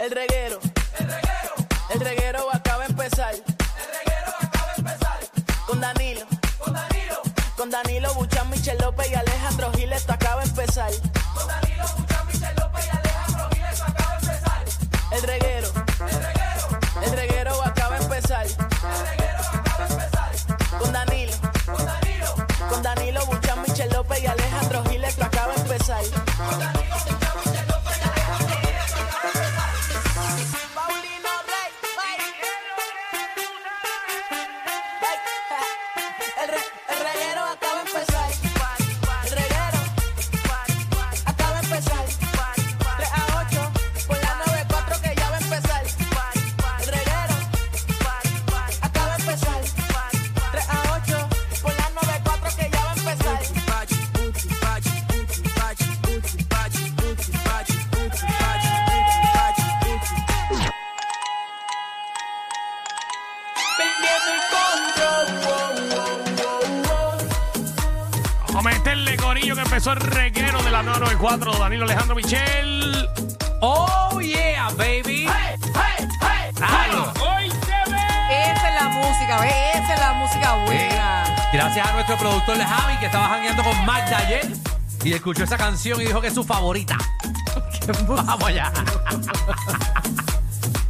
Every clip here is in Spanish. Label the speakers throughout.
Speaker 1: El reguero. El reguero. El reguero acaba de empezar. El reguero acaba de empezar. Con Danilo. Con Danilo. Con Danilo Buchan, Michel López y Alejandro Gil, esto acaba de empezar. Con Danilo Buchan, Michel López y Alejandro Gil, esto acaba de empezar. El reguero. El reguero. El reguero acaba de empezar. El reguero acaba de empezar. Con Danilo. Con Danilo. Con Danilo Buchan, Michel López y Alejandro Gil, esto acaba de empezar. Paulino Rey, El, re- el reguero acaba de empezar. El reguero acaba de empezar. 3 a 8 por la 94 que ya va a empezar. El reguero acaba de empezar. 3 a 8 por la 94 que ya va a empezar. Perdiendo el control.
Speaker 2: Vamos a meterle corillo que empezó el reguero de la 994, Danilo Alejandro Michel.
Speaker 3: Oh yeah, baby. Claro.
Speaker 4: Esa es la música, ¿ves? Esa es la música buena.
Speaker 3: Gracias a nuestro productor Javi que estaba jangueando con Magda ayer y escuchó esa canción y dijo que es su favorita. Vamos allá.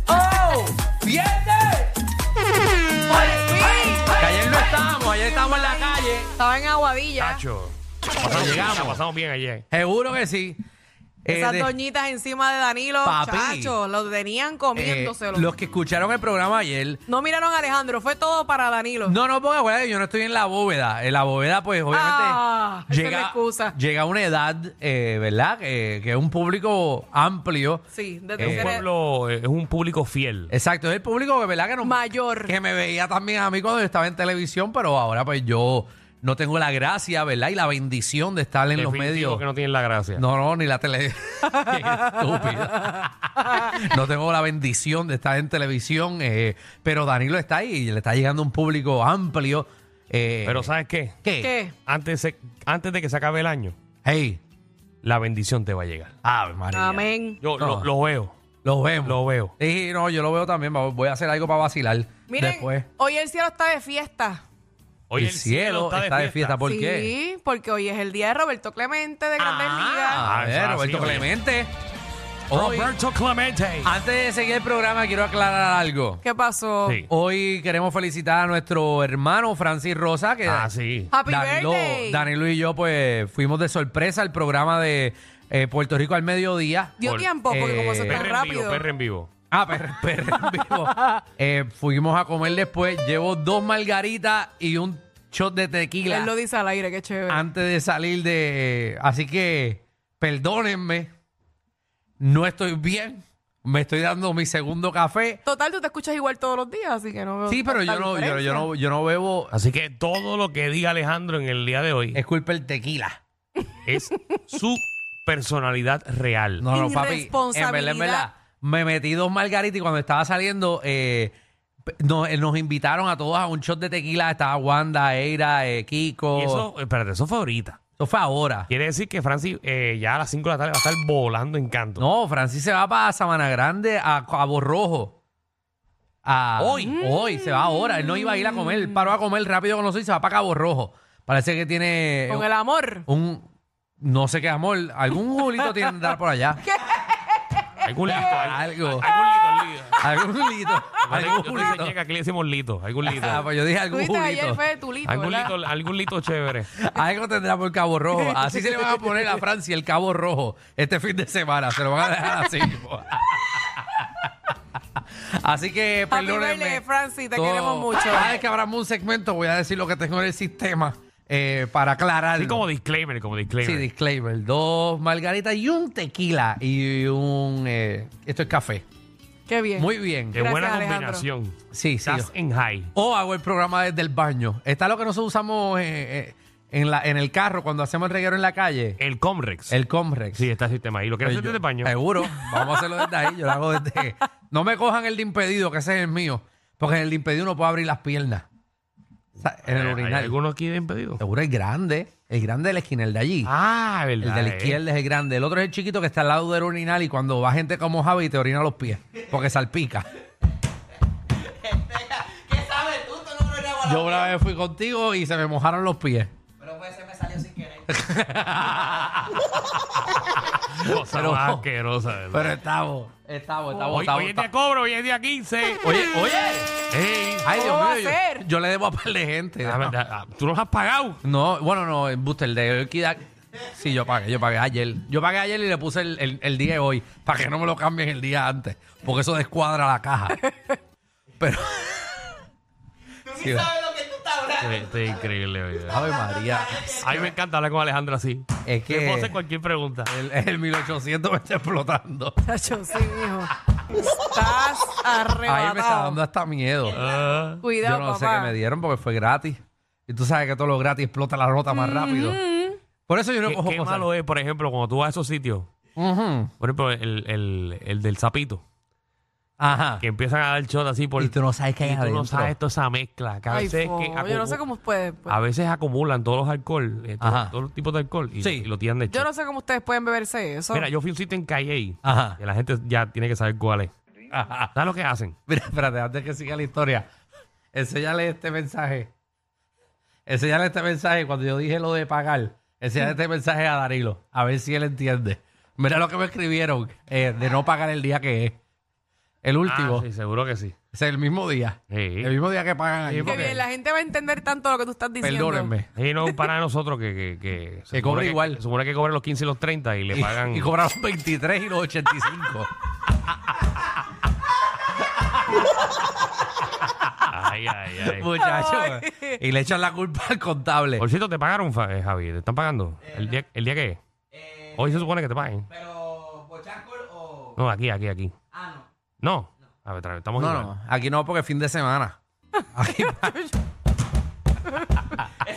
Speaker 3: ¡Oh! ¡Viene!
Speaker 4: Sí,
Speaker 3: Que ayer no estábamos, ayer estábamos en la calle.
Speaker 4: Estaba en Aguadilla.
Speaker 2: Cacho. Pasamos,
Speaker 3: Llegamos.
Speaker 2: la pasamos bien ayer.
Speaker 3: Seguro que sí. Eh,
Speaker 4: Esas
Speaker 3: de-
Speaker 4: doñitas encima de Danilo,
Speaker 3: Papi.
Speaker 4: chacho, lo tenían
Speaker 3: eh,
Speaker 4: comiéndoselo.
Speaker 3: los que escucharon el programa ayer.
Speaker 4: No miraron a Alejandro, fue todo para Danilo.
Speaker 3: No, no, porque acuérdate, yo no estoy en la bóveda. En la bóveda, pues, obviamente.
Speaker 4: Ah, esa es la
Speaker 3: llega,
Speaker 4: excusa.
Speaker 3: llega una edad, eh, ¿verdad? Que, que es un público amplio.
Speaker 4: Sí, de
Speaker 3: Eh,
Speaker 2: Es un
Speaker 4: tercera-
Speaker 2: pueblo, eh, es un público fiel.
Speaker 3: Exacto, es el público que, ¿verdad? Que no-
Speaker 4: Mayor.
Speaker 3: Que me veía también a mí cuando yo estaba en televisión, pero ahora pues yo no tengo la gracia, ¿verdad? Y la bendición de estar en los
Speaker 2: Definitivo
Speaker 3: medios.
Speaker 2: que no tienen la gracia.
Speaker 3: No, no, ni la tele. Qué estúpida. no tengo la bendición de estar en televisión, eh, pero Danilo está ahí y le está llegando un público amplio. eh,
Speaker 2: Pero ¿sabes qué?
Speaker 3: ¿qué?
Speaker 4: ¿Qué?
Speaker 2: Antes, se- antes de que se acabe el año,
Speaker 3: Hey,
Speaker 2: la bendición te va a llegar.
Speaker 3: Ave María.
Speaker 4: Amén.
Speaker 2: Yo
Speaker 3: No.
Speaker 2: lo, lo veo.
Speaker 3: Lo vemos.
Speaker 2: Lo veo.
Speaker 3: Sí, no, yo lo veo también. va- Voy a hacer algo para vacilar
Speaker 4: Miren,
Speaker 3: después.
Speaker 4: hoy el cielo está de fiesta.
Speaker 2: Oye,
Speaker 3: el, cielo está, de fiesta. ¿Por
Speaker 4: sí,
Speaker 3: qué?
Speaker 4: porque hoy es el día de Roberto Clemente de Grandes Ligas.
Speaker 3: Ah, a ver,
Speaker 2: Ah,
Speaker 3: Roberto
Speaker 2: sí, oye.
Speaker 3: Clemente. Hoy, Ah,
Speaker 2: Roberto Clemente.
Speaker 3: antes de seguir el programa, quiero aclarar algo.
Speaker 4: ¿Qué pasó?
Speaker 2: Sí.
Speaker 3: Hoy queremos felicitar a nuestro hermano Francis Rosa, que
Speaker 2: Ah, sí.
Speaker 4: Happy
Speaker 3: Danilo,
Speaker 4: birthday.
Speaker 3: Danilo y yo pues fuimos de sorpresa al programa de eh, Puerto Rico al mediodía.
Speaker 4: Dio
Speaker 2: Por-
Speaker 4: tiempo, porque como se
Speaker 3: eh,
Speaker 4: está
Speaker 2: Perre en vivo,
Speaker 4: rápido.
Speaker 2: perre en vivo.
Speaker 3: Ah, per- perro en vivo. Eh, fuimos a comer después. Llevo dos margaritas y un shot de tequila
Speaker 4: Él lo dice al aire, qué chévere.
Speaker 3: antes de salir de... Así que perdónenme. No estoy bien. Me estoy dando mi segundo café.
Speaker 4: Total, tú te escuchas igual todos los días, así que no veo
Speaker 3: Sí, pero
Speaker 4: tanta
Speaker 3: yo no, yo, yo
Speaker 4: diferencia.
Speaker 3: no, yo no bebo...
Speaker 2: Así que todo lo que diga Alejandro en el día de hoy
Speaker 3: Es culpa el tequila.
Speaker 2: es su personalidad real.
Speaker 3: No, no, papi. En verdad, en verdad,
Speaker 4: Irresponsabilidad.
Speaker 3: me metí dos margaritas y cuando estaba saliendo, eh, p- nos, eh, nos invitaron a todos a un shot de tequila. Estaba Wanda, Eira, eh, Kiko.
Speaker 2: Y
Speaker 3: eso,
Speaker 2: eso, espérate, eso fue ahorita.
Speaker 3: fue ahora.
Speaker 2: Quiere decir que Francis eh, ya a las 5 de la tarde va a estar volando en canto.
Speaker 3: No, Francis se va para Sabana Grande, a Cabo Rojo. A-
Speaker 2: Hoy.
Speaker 3: Hoy, se va ahora. Él no iba a ir a comer. Él paró a comer rápido con nosotros y se va para Cabo Rojo. Parece que tiene
Speaker 4: Con el amor.
Speaker 3: un... No sé qué, amor. Algún julito tiene que andar por allá.
Speaker 2: Algún lito. al-
Speaker 3: Algo.
Speaker 2: Algún lito,
Speaker 3: Algún julito.
Speaker 2: algún lito. Yo te- Yo
Speaker 3: Algún
Speaker 2: te enseñé
Speaker 3: julito.
Speaker 2: que aquí le decimos lito. Algún lito.
Speaker 3: Ah, pues yo dije
Speaker 4: Tú
Speaker 3: algún
Speaker 4: viste
Speaker 3: julito.
Speaker 4: ayer fue de Tulito,
Speaker 2: Algún
Speaker 4: ¿verdad?
Speaker 2: lito, algún lito chévere.
Speaker 3: Algo tendrá por Cabo Rojo. Así se le van a poner a Francia el Cabo Rojo este fin de semana. Se lo van a dejar así. po. así que
Speaker 4: Happy
Speaker 3: perdónenme.
Speaker 4: birthday, Francis, te
Speaker 3: Todo-
Speaker 4: queremos mucho.
Speaker 3: Cada vez que abramos un segmento voy a decir lo que tengo en el sistema eh, para aclarar.
Speaker 2: Así como disclaimer, como disclaimer.
Speaker 3: Sí, disclaimer. Dos margaritas y un tequila y un... eh, esto es café.
Speaker 4: Qué bien.
Speaker 3: Muy bien.
Speaker 2: Qué
Speaker 4: Gracias,
Speaker 2: buena
Speaker 4: Alejandro.
Speaker 2: combinación.
Speaker 3: Sí, sí.
Speaker 2: Estás en high.
Speaker 3: O hago el programa desde el baño. Está lo que nosotros usamos eh, eh, en, la, en el carro cuando hacemos el reguero en la calle.
Speaker 2: El Comrex.
Speaker 3: El Comrex.
Speaker 2: Sí, está el sistema ahí. ¿Lo quieres
Speaker 3: Pues
Speaker 2: hacer
Speaker 3: yo-
Speaker 2: desde el baño?
Speaker 3: Seguro. Vamos a hacerlo desde ahí. Yo lo hago desde. No me cojan el de impedido, que ese es el mío. Porque en el de impedido no puedo abrir las piernas. O sea, en
Speaker 2: Eh,
Speaker 3: el
Speaker 2: ¿Hay
Speaker 3: urinal.
Speaker 2: alguno aquí de impedido?
Speaker 3: Seguro es grande. El grande de la esquina, el de allí.
Speaker 2: Ah,
Speaker 3: el
Speaker 2: verdad.
Speaker 3: de la
Speaker 2: eh.
Speaker 3: izquierda es el grande. El otro es el chiquito que está al lado del urinal y cuando va gente como Javi te orina los pies. Porque salpica.
Speaker 1: ¿Qué sabes tú? Tú no programas la
Speaker 3: Yo una vez fui contigo y se me mojaron los pies.
Speaker 1: Pero puede ser me salió sin querer.
Speaker 2: Eh, Cosa
Speaker 3: Pero-
Speaker 2: más asquerosa, ¿verdad?
Speaker 3: Pero estamos, estamos, estamos,
Speaker 2: hoy,
Speaker 3: estamos.
Speaker 2: hoy es día cobro, hoy es día 15.
Speaker 3: Oye, oye.
Speaker 2: Ey,
Speaker 3: Ay,
Speaker 4: ¿Cómo
Speaker 3: Dios
Speaker 4: va a
Speaker 3: mío. yo- Yo,
Speaker 4: ser?
Speaker 3: le debo a par de gente.
Speaker 2: la verdad, ah, tú los has pagado.
Speaker 3: No, bueno, no, el booster de equidad. Sí, yo pagué, yo pagué ayer. Yo pagué ayer y le puse el, el- el día de hoy para que no me lo cambien el día antes, porque eso descuadra la caja. Pero,
Speaker 1: Tú
Speaker 3: Sí,
Speaker 1: ni
Speaker 3: va.
Speaker 1: sabes lo que tú estás hablando.
Speaker 2: Esto es increíble, ¿verdad?
Speaker 3: Ave María,
Speaker 2: A mí me encanta hablar con Alejandro así.
Speaker 3: es
Speaker 2: Le puedo hacer
Speaker 3: que
Speaker 2: cualquier pregunta.
Speaker 3: el, el 1800 me está explotando.
Speaker 4: Chacho, sí, mijo. Estás
Speaker 3: Ahí me está dando
Speaker 4: arrebatado.
Speaker 3: hasta miedo.
Speaker 2: Ah,
Speaker 4: Cuidado,
Speaker 3: yo no sé
Speaker 4: papá.
Speaker 3: qué me dieron porque fue gratis. Y tú sabes que todo lo gratis explota la rota más rápido. Por eso yo no
Speaker 2: ¿Qué,
Speaker 3: cojo
Speaker 2: qué
Speaker 3: cosas.
Speaker 2: malo es, por ejemplo, cuando tú vas a esos sitios?
Speaker 3: Ujú.
Speaker 2: Por ejemplo, el, el, el del sapito.
Speaker 3: Ajá.
Speaker 2: Que empiezan a dar shot así por...
Speaker 3: Y tú no sabes qué hay
Speaker 2: y tú
Speaker 3: adentro.
Speaker 2: no sabes toda esa mezcla. Que a
Speaker 4: Ay,
Speaker 2: veces es
Speaker 4: fo,
Speaker 2: que
Speaker 4: yo no sé
Speaker 2: acumu-
Speaker 4: cómo ustedes. pues.
Speaker 2: A veces acumulan todos los alcohol, eh, todo-
Speaker 3: Ajá.
Speaker 2: todos los tipos de alcohol, y,
Speaker 3: Sí.
Speaker 2: y lo tiran de
Speaker 4: Yo
Speaker 2: shot.
Speaker 4: no sé cómo ustedes pueden beberse eso.
Speaker 2: Mira, yo fui a un sitio en Calle
Speaker 3: Ajá.
Speaker 2: y la gente ya tiene que saber cuál es.
Speaker 3: Ajá.
Speaker 2: ¿Sabes lo que hacen?
Speaker 3: Mira, espérate, antes que siga la historia, enséñale este mensaje. Enséñale este mensaje cuando yo dije lo de pagar. Enséñale este mensaje a Darilo, a ver si él entiende. Mira lo que me escribieron eh, de no pagar el día que es. El último,
Speaker 2: Ah, sí, seguro que sí.
Speaker 3: es el mismo día.
Speaker 2: Sí.
Speaker 3: El mismo día que pagan aquí.
Speaker 2: Sí,
Speaker 4: Qué
Speaker 2: porque-
Speaker 4: bien, la gente va a entender tanto lo que tú estás diciendo.
Speaker 3: Perdónenme.
Speaker 2: Y no para nosotros que, que, que, se
Speaker 3: Que
Speaker 2: supone
Speaker 3: cobre igual.
Speaker 2: se supone que cobran los 15 y los 30 y le
Speaker 3: Y,
Speaker 2: pagan.
Speaker 3: y cobraron 23 y los 85.
Speaker 2: Ay, ay, ay.
Speaker 3: Muchachos. Y le echan la culpa al contable.
Speaker 2: Por cierto, te pagaron, Fa- eh, Javi. ¿Te están pagando? ¿El, día, ¿El día qué es? Hoy se supone que te paguen.
Speaker 1: Pero, ¿Bochancol o.?
Speaker 2: No, aquí, aquí, aquí.
Speaker 1: Ah, no.
Speaker 2: No. A ver, otra vez, estamos
Speaker 3: No,
Speaker 2: igual.
Speaker 3: no, aquí no porque es fin de semana. Aquí
Speaker 1: Eso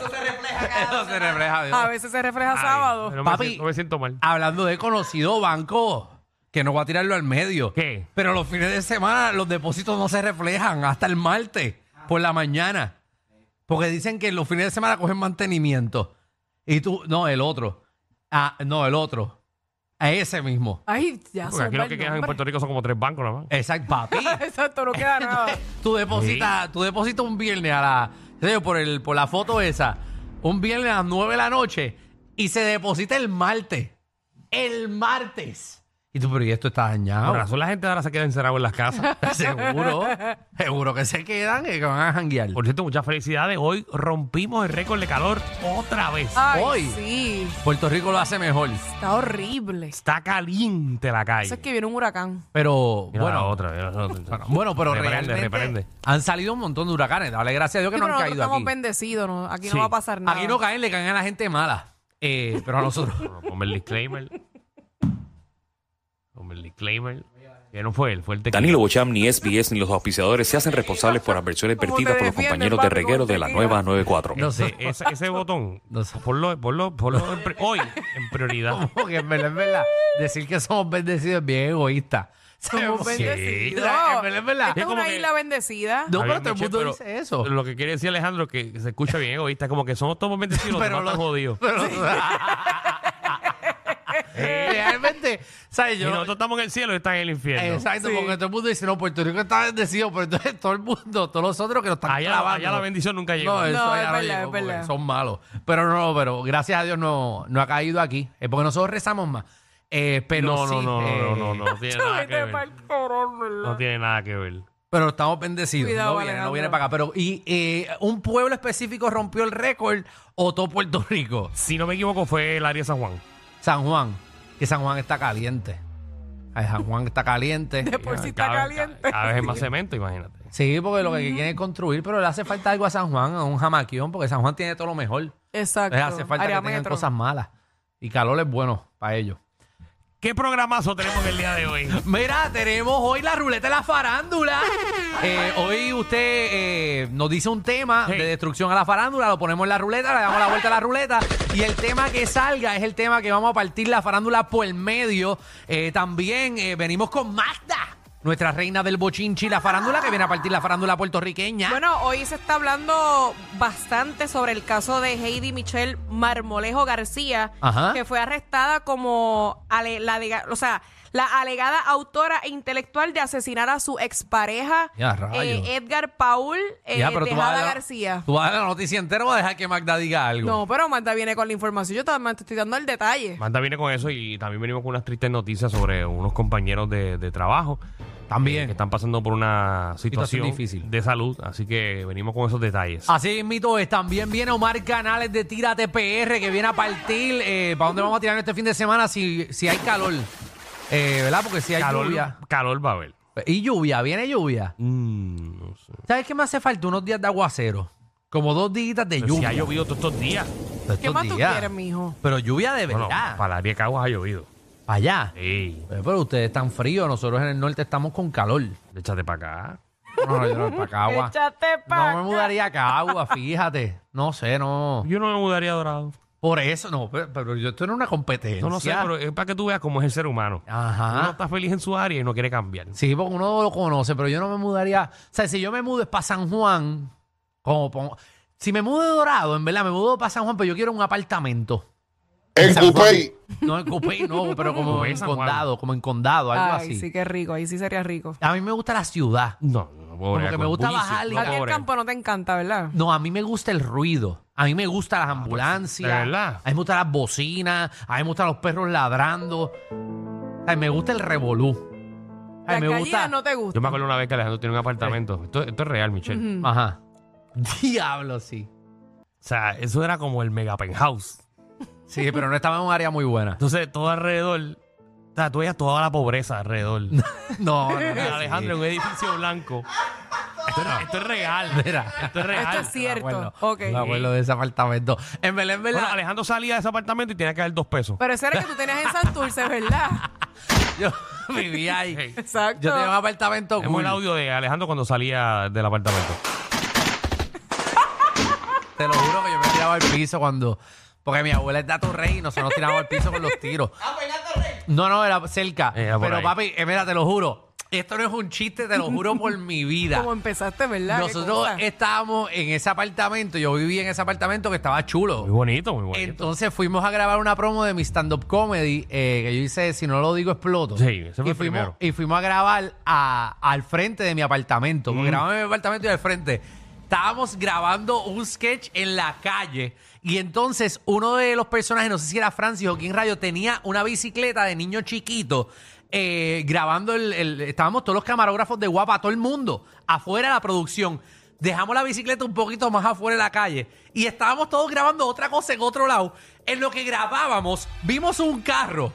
Speaker 1: se refleja
Speaker 4: Ah,
Speaker 1: cada
Speaker 3: eso
Speaker 1: dos
Speaker 3: se
Speaker 1: semanas.
Speaker 3: refleja. Dios.
Speaker 4: A veces se refleja
Speaker 2: Ay,
Speaker 4: sábado.
Speaker 2: pero me
Speaker 3: Papi.
Speaker 2: siento- No me siento mal.
Speaker 3: Hablando de conocido banco, que no va a tirarlo al medio.
Speaker 2: ¿Qué?
Speaker 3: Pero los fines de semana los depósitos no se reflejan hasta el martes por la mañana. Porque dicen que los fines de semana cogen mantenimiento. Y tú, no, el otro. Ah, no, el otro. A ese mismo.
Speaker 4: Ay, ya
Speaker 2: Porque
Speaker 4: se
Speaker 2: aquí lo que quedan en Puerto Rico son como tres bancos nada más.
Speaker 3: Exacto, papi.
Speaker 4: Exacto, no queda nada.
Speaker 3: Tú depositas, tú depositas un viernes a la, qué sé yo, por el, por la foto esa, un viernes a las 9 de la noche y se deposita el martes. El martes. Y tú, pero y esto está
Speaker 2: Por
Speaker 3: dañado.
Speaker 2: razón la gente ahora se queda encerrada en las casas.
Speaker 3: seguro, seguro que se quedan y que van a janguear.
Speaker 2: Por cierto, muchas felicidades. Hoy rompimos el récord de calor otra vez.
Speaker 4: Ay,
Speaker 3: Hoy.
Speaker 4: sí.
Speaker 3: Puerto Rico lo hace mejor.
Speaker 4: Está horrible.
Speaker 2: Está caliente la calle.
Speaker 4: Eso es que viene un huracán.
Speaker 3: Pero
Speaker 2: Mira
Speaker 3: bueno,
Speaker 2: la otra. mira la otra.
Speaker 3: bueno, pero
Speaker 2: Reprende,
Speaker 3: realmente
Speaker 2: reprende.
Speaker 3: han salido un montón de huracanes. Dale gracias a Dios que
Speaker 4: Sí,
Speaker 3: no
Speaker 4: pero
Speaker 3: han
Speaker 4: nosotros
Speaker 3: caído
Speaker 4: estamos
Speaker 3: aquí.
Speaker 4: bendecidos. no- aquí
Speaker 2: Sí.
Speaker 4: no va a pasar nada.
Speaker 3: Aquí no caen, le caen a la gente mala. Eh, pero a nosotros.
Speaker 2: Bueno, Ponme el disclaimer. Ponme el disclaimer. Que no fue él, fue el tequila.
Speaker 5: Danilo Bocham, ni SBS, ni los auspiciadores se hacen responsables por adversiones
Speaker 4: ¿Cómo te
Speaker 5: vertidas por los
Speaker 4: defiendes,
Speaker 5: compañeros de
Speaker 4: papi, con
Speaker 5: reguero de la
Speaker 4: tequila?
Speaker 5: nueva 94.
Speaker 3: No sé.
Speaker 2: Ese- ese, ese botón,
Speaker 3: No sé.
Speaker 2: ponlo, ponlo, ponlo en pri- hoy en prioridad.
Speaker 3: Porque en verdad, en verdad, decir que somos bendecidos es bien egoísta.
Speaker 4: Somos
Speaker 3: Sí.
Speaker 4: bendecidos.
Speaker 3: O sea, en verdad, en verdad.
Speaker 4: Esta
Speaker 2: Es
Speaker 4: es
Speaker 2: como
Speaker 4: una
Speaker 2: que-
Speaker 4: isla bendecida.
Speaker 3: No,
Speaker 2: Está
Speaker 3: pero
Speaker 2: bien,
Speaker 3: todo el
Speaker 2: Michelle,
Speaker 3: mundo
Speaker 2: pero
Speaker 3: dice eso.
Speaker 2: Lo que quiere decir Alejandro que se escucha bien egoísta, como que somos todos bendecidos, los demás
Speaker 3: lo-
Speaker 2: están jodidos.
Speaker 3: pero- Eh, Realmente, ¿sabes?
Speaker 2: Y
Speaker 3: Yo,
Speaker 2: nosotros estamos en el cielo y están en el infierno.
Speaker 3: exacto,
Speaker 4: Sí.
Speaker 3: porque todo el mundo dice, no, Puerto Rico está bendecido, pero entonces todo el mundo, todos los otros que lo están
Speaker 2: Allá,
Speaker 3: clavando.
Speaker 2: allá la bendición nunca llegó.
Speaker 3: No, eh, eso
Speaker 4: No,
Speaker 3: allá
Speaker 4: es
Speaker 3: no
Speaker 4: verdad,
Speaker 3: llegó,
Speaker 4: es verdad.
Speaker 3: porque son malos. Pero no, pero gracias a Dios no, no ha caído aquí. Es porque nosotros rezamos más. Eh, pero
Speaker 2: no,
Speaker 3: sí,
Speaker 2: no, no,
Speaker 3: eh,
Speaker 2: no, no, no, no tiene nada que
Speaker 4: Vete
Speaker 2: ver.
Speaker 4: pa'l corón, ¿verdad?
Speaker 2: No tiene nada que ver.
Speaker 3: Pero estamos bendecidos.
Speaker 4: Cuidado,
Speaker 3: no viene, no
Speaker 4: Alejandro.
Speaker 3: viene para acá. Pero, ¿y eh, un pueblo específico rompió el récord o todo Puerto Rico?
Speaker 2: Si no me equivoco, fue el área de San Juan.
Speaker 3: San Juan. Que San Juan está caliente. Ay, San Juan está caliente.
Speaker 4: De por sí está
Speaker 2: Cada vez-
Speaker 4: caliente.
Speaker 2: Cada, cada vez es más cemento, imagínate.
Speaker 3: Sí, porque lo que quieren es construir, pero le hace falta algo a San Juan, a un jamaquión, porque San Juan tiene todo lo mejor.
Speaker 4: Exacto.
Speaker 3: Les hace falta
Speaker 4: Área
Speaker 3: que tengan
Speaker 4: metro.
Speaker 3: cosas malas. Y calor es bueno para ellos.
Speaker 2: ¿Qué programazo tenemos el día de hoy?
Speaker 3: Mira, tenemos hoy la ruleta de la farándula. Eh, hoy usted eh, nos dice un tema
Speaker 2: Sí.
Speaker 3: de destrucción a la farándula, lo ponemos en la ruleta, le damos la vuelta a la ruleta y el tema que salga es el tema que vamos a partir la farándula por el medio. Eh, también eh, venimos con Magda. nuestra reina del bochinchi, la farándula, que viene a partir la farándula puertorriqueña.
Speaker 4: Bueno, hoy se está hablando bastante sobre el caso de Heidi Michelle Marmolejo García,
Speaker 3: Ajá.
Speaker 4: que fue arrestada como ale- la, diga- o sea, la alegada autora e intelectual de asesinar a su expareja
Speaker 3: Ya, rayos.
Speaker 4: eh, Edgar Paul eh,
Speaker 3: Ya, pero tú vas a
Speaker 4: Tejada
Speaker 3: dar la-
Speaker 4: García.
Speaker 3: ¿Tú vas a dar la noticia entera o vas a dejar que Magda diga algo?
Speaker 4: No, pero Marta viene con la información. Yo también te estoy dando el detalle.
Speaker 2: Manda viene con eso y también venimos con unas tristes noticias sobre unos compañeros de, de trabajo.
Speaker 3: También.
Speaker 2: eh, que están pasando por una situación,
Speaker 3: Situación difícil. Ah,
Speaker 2: de salud. Así que venimos con esos detalles.
Speaker 3: Así mito es, también viene Omar Canales de Tírate PR que viene a partir. eh, ¿Para dónde vamos a tirar este fin de semana si, si hay calor? Eh, ¿Verdad? Porque si hay
Speaker 2: calor,
Speaker 3: lluvia.
Speaker 2: calor va a haber.
Speaker 3: Y lluvia, viene lluvia.
Speaker 2: Mm, no sé.
Speaker 3: ¿Sabes qué me hace falta? Unos días de aguacero. Como dos días de
Speaker 2: Pero Si
Speaker 3: lluvia.
Speaker 2: ha llovido todos estos días.
Speaker 3: Pero
Speaker 4: ¿Qué
Speaker 3: estos
Speaker 4: más tú
Speaker 3: días.
Speaker 4: quieres, mijo?
Speaker 3: Pero lluvia de
Speaker 2: Bueno,
Speaker 3: verdad.
Speaker 2: para el área de Caguas ha llovido.
Speaker 3: para allá.
Speaker 2: Sí,
Speaker 3: Eh, Pero ustedes están fríos, nosotros en el norte estamos con calor.
Speaker 2: échate para acá.
Speaker 3: No, no, yo no, para Cagua.
Speaker 4: Échate pa'
Speaker 3: No me mudaría a Cagua, fíjate. No sé, no.
Speaker 2: Yo no me mudaría a Dorado.
Speaker 3: Por eso, no, pero, pero yo esto era una competencia.
Speaker 2: No, no sé, pero es para que tú veas cómo es el ser humano.
Speaker 3: Ajá.
Speaker 2: Uno está feliz en su área y no quiere cambiar.
Speaker 3: Sí, porque uno lo conoce, pero yo no me mudaría. O sea, si yo me mudo es para San Juan, como pongo- Si me mudo de Dorado, en verdad, me mudo para San Juan, pero yo quiero un apartamento.
Speaker 6: En
Speaker 3: San Juan.
Speaker 6: Coupey.
Speaker 3: No en Coupé, no, pero como
Speaker 2: Coupé,
Speaker 3: en
Speaker 2: San Juan.
Speaker 3: condado, como en condado, algo
Speaker 4: Ay,
Speaker 3: así.
Speaker 4: sí, qué rico. Ahí sí sería rico.
Speaker 3: A mí me gusta la ciudad.
Speaker 2: No, no, no puedo
Speaker 3: Como
Speaker 2: bregar
Speaker 3: que
Speaker 2: con
Speaker 3: me gusta
Speaker 2: bullicio,
Speaker 3: bajar y-
Speaker 2: no
Speaker 4: Aquí
Speaker 2: puedo
Speaker 4: el
Speaker 2: bregar.
Speaker 4: campo no te encanta, ¿verdad?
Speaker 3: No, a mí me gusta el ruido. A mí me gustan las ambulancias.
Speaker 2: Ah, pues ¿de verdad?
Speaker 3: A mí me gustan las bocinas. A mí me gustan los perros ladrando. A mí me gusta el revolú. A
Speaker 4: Las
Speaker 3: mí me gusta.
Speaker 4: gallinas no te gustan.
Speaker 2: Yo me acuerdo una vez que Alejandro tiene un apartamento. Esto, esto es real, Michelle.
Speaker 3: Ajá. Diablo, sí.
Speaker 2: O sea, eso era como el mega penthouse.
Speaker 3: Sí, pero no estaba en un área muy buena.
Speaker 2: Entonces, todo alrededor. O sea, tú veías toda la pobreza alrededor.
Speaker 3: No, no, no, sí.
Speaker 2: Alejandro, en un edificio blanco. Esto, esto es real.
Speaker 3: Mira.
Speaker 2: Esto es real.
Speaker 4: Ah, Esto es cierto.
Speaker 3: Me acuerdo,
Speaker 4: Ok.
Speaker 3: Me acuerdo de ese apartamento. En Belén,
Speaker 2: Bueno,
Speaker 3: ¿verdad?
Speaker 2: Alejandro salía de ese apartamento y tenía que dar dos pesos.
Speaker 4: Pero ese era el que tú tenías en Santurce, ¿verdad?
Speaker 3: Yo vivía ahí.
Speaker 2: Hey.
Speaker 4: Exacto.
Speaker 3: Yo tenía un apartamento
Speaker 2: Tenemos
Speaker 3: cool.
Speaker 2: el audio de Alejandro cuando salía del apartamento.
Speaker 3: Te lo juro que yo me tiraba al piso cuando... Porque mi abuela es Dato Rey y nosotros nos tirábamos al piso con los tiros.
Speaker 4: Ah, pues,
Speaker 3: No, no, era cerca.
Speaker 2: Era por
Speaker 3: pero
Speaker 2: ahí.
Speaker 3: papi, eh, mira, te lo juro. Esto no es un chiste, te lo juro por mi vida.
Speaker 4: Como empezaste, ¿verdad? Qué
Speaker 3: Nosotros
Speaker 4: cosa.
Speaker 3: estábamos en ese apartamento, yo viví en ese apartamento que estaba chulo.
Speaker 2: Muy bonito, muy bonito.
Speaker 3: Entonces fuimos a grabar una promo de mi stand-up comedy eh, que yo hice Si no lo digo exploto.
Speaker 2: Sí, ese fue
Speaker 3: y
Speaker 2: el
Speaker 3: fuimos,
Speaker 2: primero.
Speaker 3: Y fuimos a grabar a- al frente de mi apartamento. Porque
Speaker 2: Mm.
Speaker 3: grabamos en mi apartamento y al frente. Estábamos grabando un sketch en la calle. Y entonces uno de los personajes, no sé si era Francis o quién rayo, tenía una bicicleta de niño chiquito. eh, grabando el, el- Estábamos todos los camarógrafos de guapa, todo el mundo, afuera de la producción. Dejamos la bicicleta un poquito más afuera de la calle y estábamos todos grabando otra cosa en otro lado. En lo que grabábamos, vimos un carro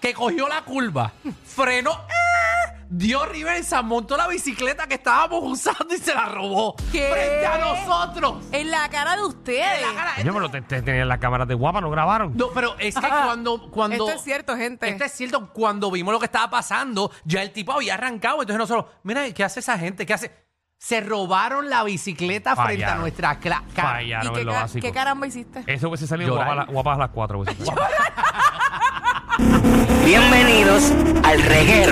Speaker 3: que cogió la curva, frenó, ¡eh! dio reversa, montó la bicicleta que estábamos usando y se la robó
Speaker 4: ¿Qué?
Speaker 3: frente a nosotros.
Speaker 4: En la cara de
Speaker 3: En
Speaker 4: ustedes.
Speaker 3: la cara. este-
Speaker 2: Coño, pero te, te tenían las cámaras de guapa, no grabaron.
Speaker 3: No, pero es que cuando, cuando.
Speaker 4: Esto es cierto, gente.
Speaker 3: Esto es cierto. Cuando vimos lo que estaba pasando, ya el tipo había arrancado. Entonces nosotros, mira, ¿qué hace esa gente? ¿Qué hace? Se robaron la bicicleta frente a
Speaker 2: Fallaron.
Speaker 3: nuestra cla- cara.
Speaker 4: ¿Y
Speaker 2: Fallaron
Speaker 4: qué,
Speaker 2: en lo
Speaker 4: ca-
Speaker 2: básico.
Speaker 4: qué caramba hiciste?
Speaker 2: Eso hubiese salido
Speaker 3: Llorar.
Speaker 2: guapa, a la- guapa a las cuatro. hubiese salido.
Speaker 1: Bienvenidos al reguero.